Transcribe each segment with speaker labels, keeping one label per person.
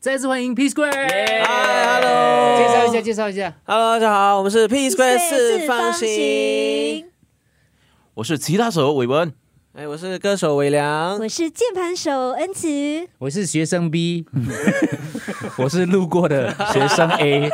Speaker 1: 再次欢迎 P Square，
Speaker 2: 嗨，Hello，
Speaker 1: 介绍一下，介绍一下，
Speaker 2: ，Hello，大家好，我们是 P Square
Speaker 3: 四
Speaker 2: 四方形。，
Speaker 4: 我是吉他手伟文，
Speaker 2: 哎，我是歌手韦良
Speaker 3: 我，是键盘手恩慈，
Speaker 1: 我是学生 B，
Speaker 5: 我是路过的学生 A，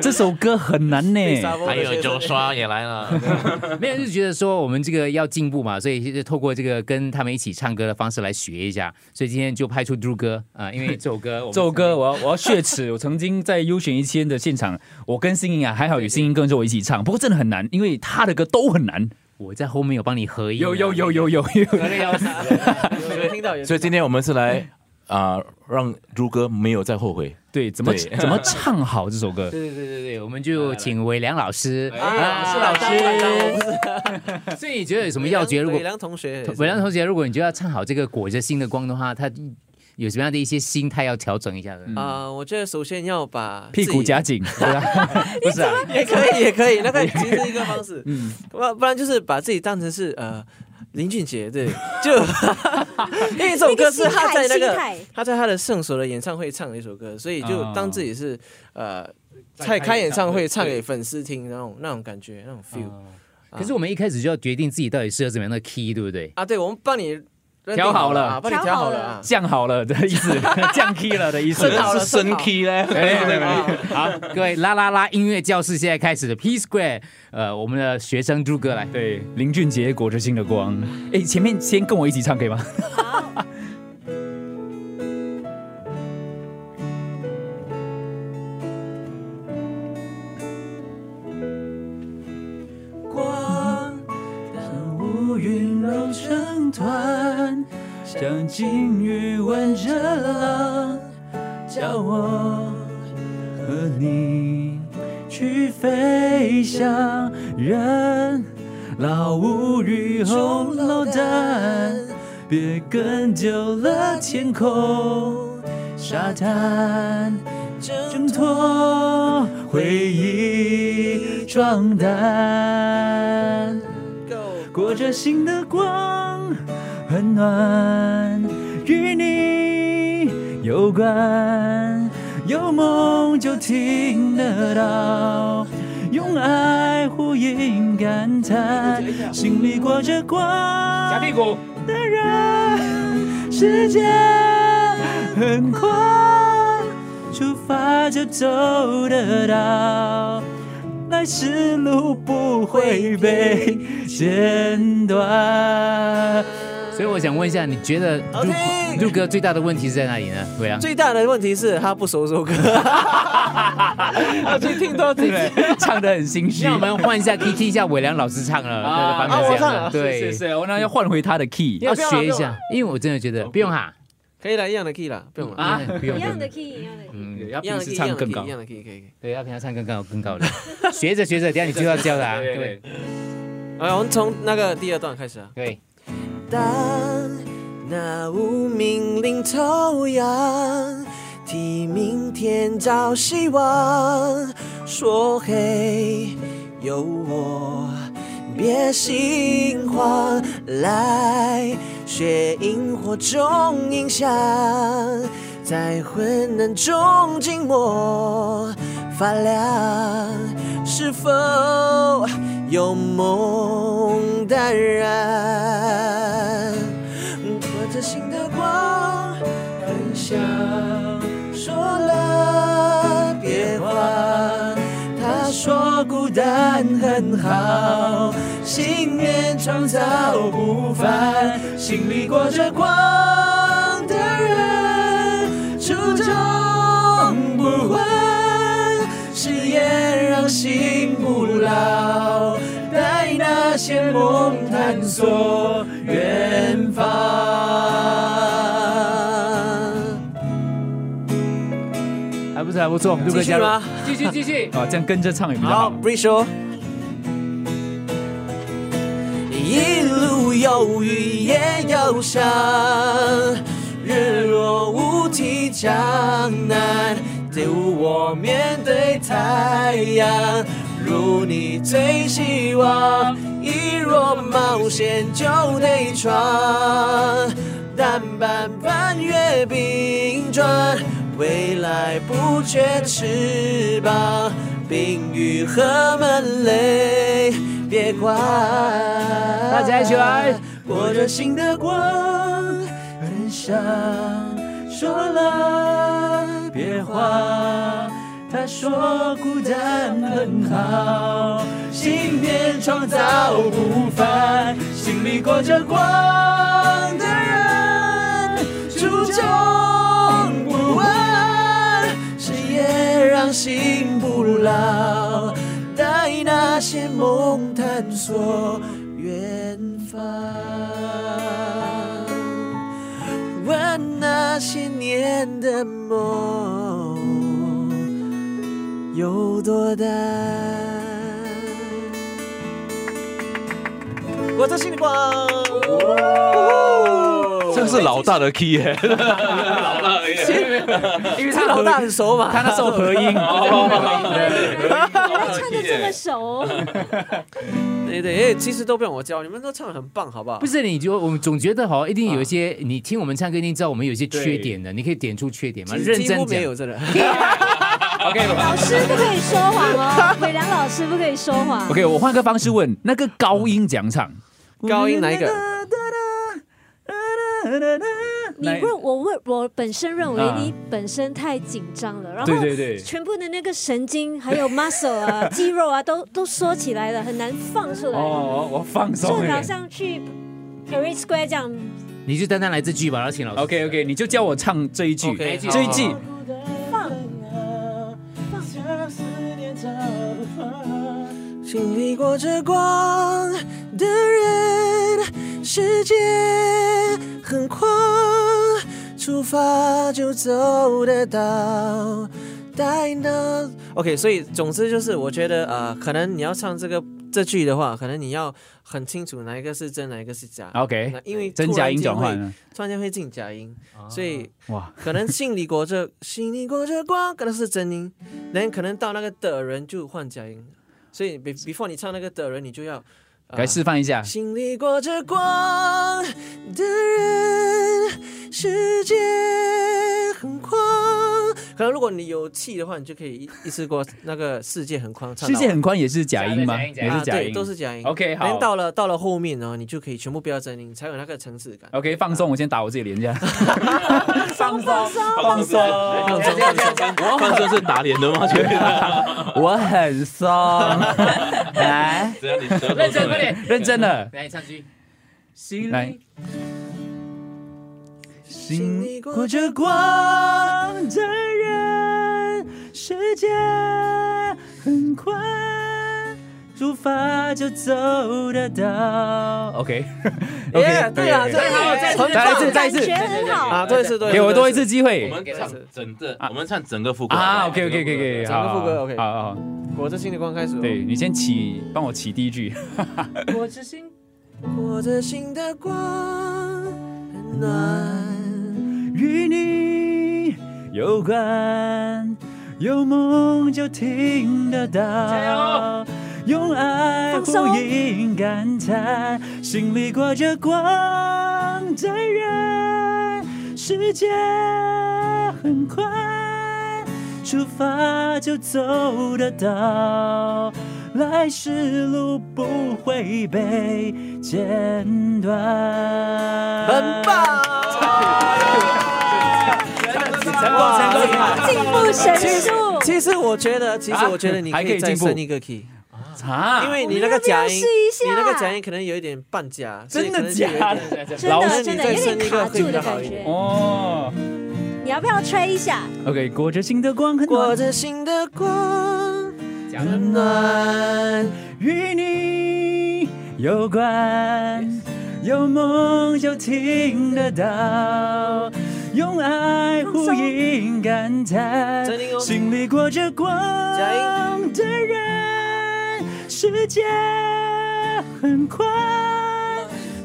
Speaker 5: 这 首歌很难呢。
Speaker 2: 还
Speaker 4: 刷也来了，
Speaker 1: 没有就觉得说我们这个要进步嘛，所以就透过这个跟他们一起唱歌的方式来学一下，所以今天就派出猪哥啊，因为这首 歌，
Speaker 5: 这首歌我要我要血耻！我曾经在优选一千的现场，我跟新颖啊还好有新颖跟着我一起唱，不过真的很难，因为他的歌都很难。
Speaker 1: 我在后面有帮你合影，
Speaker 5: 有有有有有有，
Speaker 1: 合的要死，
Speaker 2: 有听到有，
Speaker 4: 所以今天我们是来啊、让朱哥没有再后悔。
Speaker 5: 对，怎么
Speaker 4: 对
Speaker 5: 怎么唱好这首 歌？
Speaker 1: 对对对对对，我们就请韦良老师，
Speaker 2: 啊，
Speaker 5: 哎
Speaker 2: 我是老师，我是
Speaker 1: 所以你觉得有什么要诀？如果
Speaker 2: 韦良同学，
Speaker 1: 伟亮同学，如果你觉得要唱好这个裹着心的光的话，他有什么样的一些心态要调整一下的？
Speaker 2: 啊，我觉得首先要把
Speaker 5: 屁股夹紧，对吧？不是啊，
Speaker 2: 也可以，也可以，那个其实是一个方式，嗯，不不然就是把自己当成是呃林俊杰，对，就因为这首歌是他在那
Speaker 3: 心
Speaker 2: 个
Speaker 3: 态
Speaker 2: 他在他的圣手的演唱会唱的一首歌，所以就当自己是、呃在开演唱会唱给粉丝听那种那种感觉那种 feel 啊
Speaker 1: 可是我们一开始就要决定自己到底适合怎么样的 key，对不对？
Speaker 2: 啊对，我们帮你认定
Speaker 5: 调好了
Speaker 2: 啊，帮你调好了啊，
Speaker 5: 降好了的意 思，降 key 了的意思哎
Speaker 2: 正。好了
Speaker 4: 是升 key 嘞，
Speaker 5: 啊
Speaker 1: 好，各位啦啦啦音乐教室现在开始的 P Square，呃，我们的学生朱哥来，
Speaker 5: 对，林俊杰裹着心的光。哎，前面先跟我一起唱可以吗？
Speaker 2: 光
Speaker 5: 让乌云融成团，像金鱼吻着浪，叫我和你去飞翔。人老无语红楼蛋，别跟丢了天空沙滩。挣脱回忆装单，裹着心的光很暖，与你有关，有梦就听得到，用爱呼应感叹，心里裹着光。
Speaker 1: 夹屁股，
Speaker 5: 的人，世界很宽，出发就走得到，来时路不会被剪断。
Speaker 2: 嗯
Speaker 1: 所以我想问一下，你觉得
Speaker 2: 好听
Speaker 1: 朱朱哥最大的问题是在哪里呢？啊伟良，
Speaker 2: 最大的问题是他不熟这首歌，他最听多听
Speaker 5: 对，唱得很心虚
Speaker 1: 那我们换一下 key，听一下伟良老师唱了
Speaker 2: 啊
Speaker 1: 那个版本是这样的，对，
Speaker 5: 是，我那要换回他的 key。
Speaker 1: 要
Speaker 2: 啊不用了
Speaker 1: 学一
Speaker 2: 不用
Speaker 1: 下
Speaker 2: 了，
Speaker 1: 因为我真的觉得不用哈，
Speaker 2: 可以了，一样的 key 了，不用了。
Speaker 1: 啊，不用
Speaker 3: 一
Speaker 1: 不
Speaker 3: 样的
Speaker 1: 用，
Speaker 3: key，一样的 key。
Speaker 1: 嗯，要
Speaker 2: 一样的 key，
Speaker 5: 平时唱
Speaker 2: 一样的
Speaker 5: 更
Speaker 2: key，
Speaker 5: 高
Speaker 2: 一样的 key，可以。可以
Speaker 1: 对，要平常唱更高更高的， 学着学着，等下你就要教的 啊。
Speaker 5: 对对
Speaker 1: 对
Speaker 2: 哎，我们从那个第二段开始啊。
Speaker 1: 对，
Speaker 2: 当那无名领头羊，替明天找希望。说嘿，有我，别心慌，来学萤火虫影响，在昏暗中静默发亮。是否有梦淡然？我的心的光很想说了别慌，他说孤单很好，信念创造不凡，心里裹着光的人，初衷不换，誓言让心不老，带那些梦探索远方。
Speaker 1: 还不错还不错，陆哥
Speaker 2: 继续
Speaker 1: 加入
Speaker 2: 吗，
Speaker 1: 继续继续。
Speaker 5: 啊，这样跟着唱也比较
Speaker 2: 好
Speaker 5: 好。
Speaker 2: b r i s h 一路有雨也有香，日落无题江南，丢我面对太阳，如你最希望。一若冒险就得闯，但半半月冰川，未来不缺翅膀，冰雨和闷雷，别管。
Speaker 1: 大家一起来，
Speaker 2: 我着心的光，很想说了别慌。他说孤单很好，信念创造不凡，心里裹着光的人，初衷不问，谁也让心不老，带那些梦探索远方。问那些年的梦有多大？我在心里光。
Speaker 4: 这个是老大的 key 耶，老大的 key
Speaker 5: 因为
Speaker 2: 他老大很熟嘛，
Speaker 5: 他那时候合音，
Speaker 3: 还唱的这么熟，
Speaker 2: 对对，哎，其实都不用我教，你们都唱的很棒，好不好？
Speaker 1: 不是你就我们总觉得好像一定有一些，你听我们唱歌一定知道我们有一些缺点的，你可以点出缺点吗？
Speaker 2: 其实
Speaker 1: 认
Speaker 2: 几乎
Speaker 1: 真
Speaker 2: 没
Speaker 1: 讲。
Speaker 2: 有真的。
Speaker 3: 老师不可以说谎 哦，伟良老师不可以说谎。
Speaker 5: OK，我换个方式问，那个高音怎样唱？嗯
Speaker 2: 高音哪一个？
Speaker 3: 你问我问我本身认为
Speaker 5: 啊
Speaker 3: 你本身太紧张了，然后
Speaker 5: 对对对，
Speaker 3: 全部的那个神经还有 muscle 啊、肌肉啊都都缩起来了，很难放出来，
Speaker 5: 哦，我放
Speaker 3: 就
Speaker 5: 松一
Speaker 3: 好
Speaker 5: 点。
Speaker 3: 像去 Parade Square 这样。
Speaker 1: 你就单单来这句吧，然后请老师。
Speaker 5: OK OK，你就叫我唱这一句，
Speaker 1: OK，
Speaker 5: 这一句
Speaker 1: 好
Speaker 3: 放
Speaker 2: 经历过这光的人，世界很宽，出发就走得到。带呢？OK，所以总之就是，我觉得呃，可能你要唱这个这句的话，可能你要很清楚哪一个是真，哪一个是假。
Speaker 5: OK，
Speaker 2: 那因为
Speaker 5: 真
Speaker 2: 突
Speaker 5: 假
Speaker 2: 然
Speaker 5: 音
Speaker 2: 间
Speaker 5: 转
Speaker 2: 会
Speaker 5: 换，啊
Speaker 2: 突然间会进假音，所以
Speaker 5: 哇，
Speaker 2: 可能心里裹 着心里裹着光，可能是真音，但可能到那个的人就换假音，所以 be- before 你唱那个的人，你就要呃
Speaker 5: 来示范一下。
Speaker 2: 心里裹着光的人，世界很宽。可能如果你有气的话，你就可以一一次过那个世界很宽唱
Speaker 5: 世
Speaker 2: 到完。
Speaker 5: 界很宽也是假音吗？
Speaker 1: 假音假音
Speaker 5: 也是
Speaker 2: 啊，
Speaker 5: 假
Speaker 2: 对，
Speaker 5: 音，
Speaker 2: 都是假音。
Speaker 5: OK
Speaker 2: 可能
Speaker 5: 好。
Speaker 2: 到了到了后面呢，你就可以全部不要真音，才有那个层次感。
Speaker 5: OK，放松，我先打我自己 脸颊。
Speaker 3: 放松，
Speaker 4: 放松，
Speaker 2: 放松放松
Speaker 4: 放松是打脸的 吗？
Speaker 5: 我很松， 来，
Speaker 4: 只要啊你舌
Speaker 1: 认真快点，
Speaker 5: 认真的，
Speaker 1: 来唱句。
Speaker 5: 来。
Speaker 2: 经
Speaker 5: 心
Speaker 2: 历过这光的人，世界很宽，出发就走得到。
Speaker 5: OK，
Speaker 2: 耶，对啊，
Speaker 5: 对
Speaker 2: 对
Speaker 5: 对再来一次再来
Speaker 3: 感
Speaker 5: 一次
Speaker 3: 觉很好。
Speaker 2: 啊，多一次，多一次，
Speaker 5: 给我多一次
Speaker 2: 次，
Speaker 5: 机
Speaker 4: 我
Speaker 5: 会
Speaker 4: 们唱整个，我们唱整个副歌
Speaker 5: 啊！OK OK OK
Speaker 4: 整个
Speaker 5: OK，
Speaker 2: 整
Speaker 5: 好，
Speaker 2: 个副歌，OK
Speaker 5: 好好，好
Speaker 2: 裹着心的光开始。哦
Speaker 5: 对，你先起，帮我起第一句。
Speaker 2: 裹着心，裹着心的光很暖。
Speaker 5: 与你有关，有梦就听得到。用爱
Speaker 3: 放松
Speaker 5: 呼应感叹，心里挂着光的人，世界很宽，出发就走得到，来时路不会被剪断。
Speaker 2: 很棒，
Speaker 5: 成功成功成功
Speaker 3: 进步神速，
Speaker 2: 其实我觉得，其实我觉得你可以再升一个 key，
Speaker 5: 啊
Speaker 2: 因为你那个假音，
Speaker 3: 我们要不
Speaker 2: 你那
Speaker 3: 要试一下
Speaker 2: 个假音可能有一点半 假，所以可能就有一点？
Speaker 3: 真
Speaker 5: 老
Speaker 3: 的
Speaker 5: 师
Speaker 3: 真
Speaker 2: 你
Speaker 3: 的
Speaker 2: 再
Speaker 3: 有
Speaker 2: 伸
Speaker 3: 点
Speaker 2: 一个
Speaker 3: 卡住
Speaker 2: 会比
Speaker 3: 的
Speaker 2: 较好
Speaker 3: 感
Speaker 2: 一点
Speaker 3: 觉。
Speaker 5: 哦
Speaker 3: 你要不要吹一下？
Speaker 5: ，OK，裹着心的光很
Speaker 2: 裹
Speaker 5: 暖，
Speaker 2: 着心的光，很暖。
Speaker 5: 与你有关，有梦就听得到，用爱呼应感叹
Speaker 2: 再听哦，
Speaker 5: 心里裹着光
Speaker 2: 加
Speaker 5: 的人，世界很宽。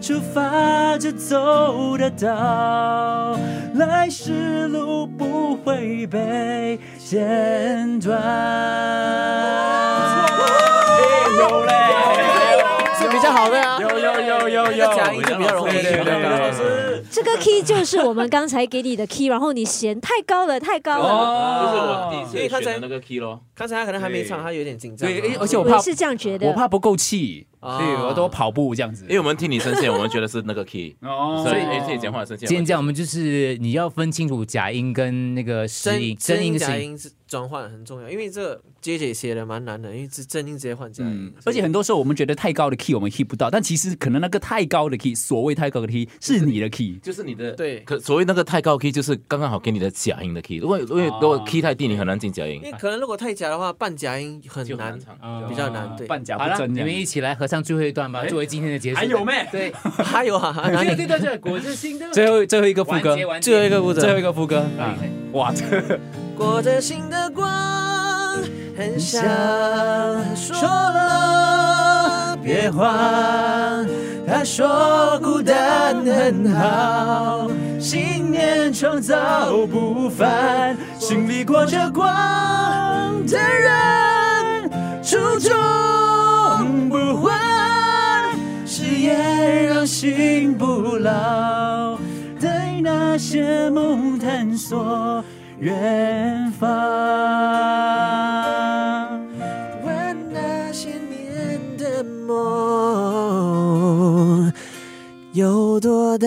Speaker 5: 出发就走得到，来时路不会被剪断。有嘞，
Speaker 2: 是比较好的啊，
Speaker 5: 有有有有有
Speaker 2: 那个假音就比较容易。
Speaker 5: 对对对对
Speaker 2: 老师，
Speaker 3: 这个 key 就是我们刚才给你的 key，然后你嫌太高了，太高了，
Speaker 1: 哦
Speaker 6: 这是我第一次选的那个 key 咯。
Speaker 2: 刚才他可能还没唱，
Speaker 6: 对
Speaker 2: 他有点紧张啊。
Speaker 5: 对，哦而而且我
Speaker 3: 我也
Speaker 5: 怕
Speaker 3: 是这样觉
Speaker 5: 我
Speaker 3: 得。
Speaker 5: 怕不够气，
Speaker 2: 啊
Speaker 5: 所以我都跑步这样子。
Speaker 4: 因为我们听你声线，我们觉得是那个 key，
Speaker 5: 哦
Speaker 4: 所以哎自己讲话的声线。
Speaker 1: 今天这样，我们就是你要分清楚假音跟那个实音、真
Speaker 2: 真真
Speaker 1: 音
Speaker 2: 音
Speaker 1: 跟
Speaker 2: 假
Speaker 1: 实音。
Speaker 2: 音是转换很重要，因为这个 J J 写的蛮难的，因为是真音直接换假音
Speaker 5: 嗯，，而且很多时候我们觉得太高的 key 我们 hit 不到，但其实可能那个太高的 key，所谓太高的 key 是你的 key。
Speaker 4: 就是你的
Speaker 2: 对
Speaker 4: 可所谓那个太高 key 就是刚刚好给你的假音的 key，如果如果如果 key 太低，你很难进假音
Speaker 2: 因。为可能如果太假的话，半假音很
Speaker 4: 就
Speaker 2: 难
Speaker 4: 很难，唱
Speaker 1: 嗯
Speaker 2: 比较难。对，
Speaker 5: 啊半假
Speaker 1: 好
Speaker 5: 不
Speaker 1: 了，
Speaker 5: 真
Speaker 1: 你
Speaker 5: 这
Speaker 1: 们一
Speaker 5: 样。
Speaker 1: 起来哎合唱最后一段吧，作为今天的结束。
Speaker 5: 咩？
Speaker 1: 对，
Speaker 2: 还有啊，哪
Speaker 1: 这
Speaker 2: 里？
Speaker 1: 这段是果真心的。
Speaker 5: 最后最后一个副
Speaker 1: 完
Speaker 5: 歌
Speaker 1: 结，完结
Speaker 2: 最后一个步骤
Speaker 5: 最，后一个副歌啊！哇，这
Speaker 2: 裹着心的光，很想说了，别慌。他说孤单很好，信念创造不凡，心里裹着光的人，初衷不换，誓言让心不老，对那些梦探索远方。玩那些年的梦有多大？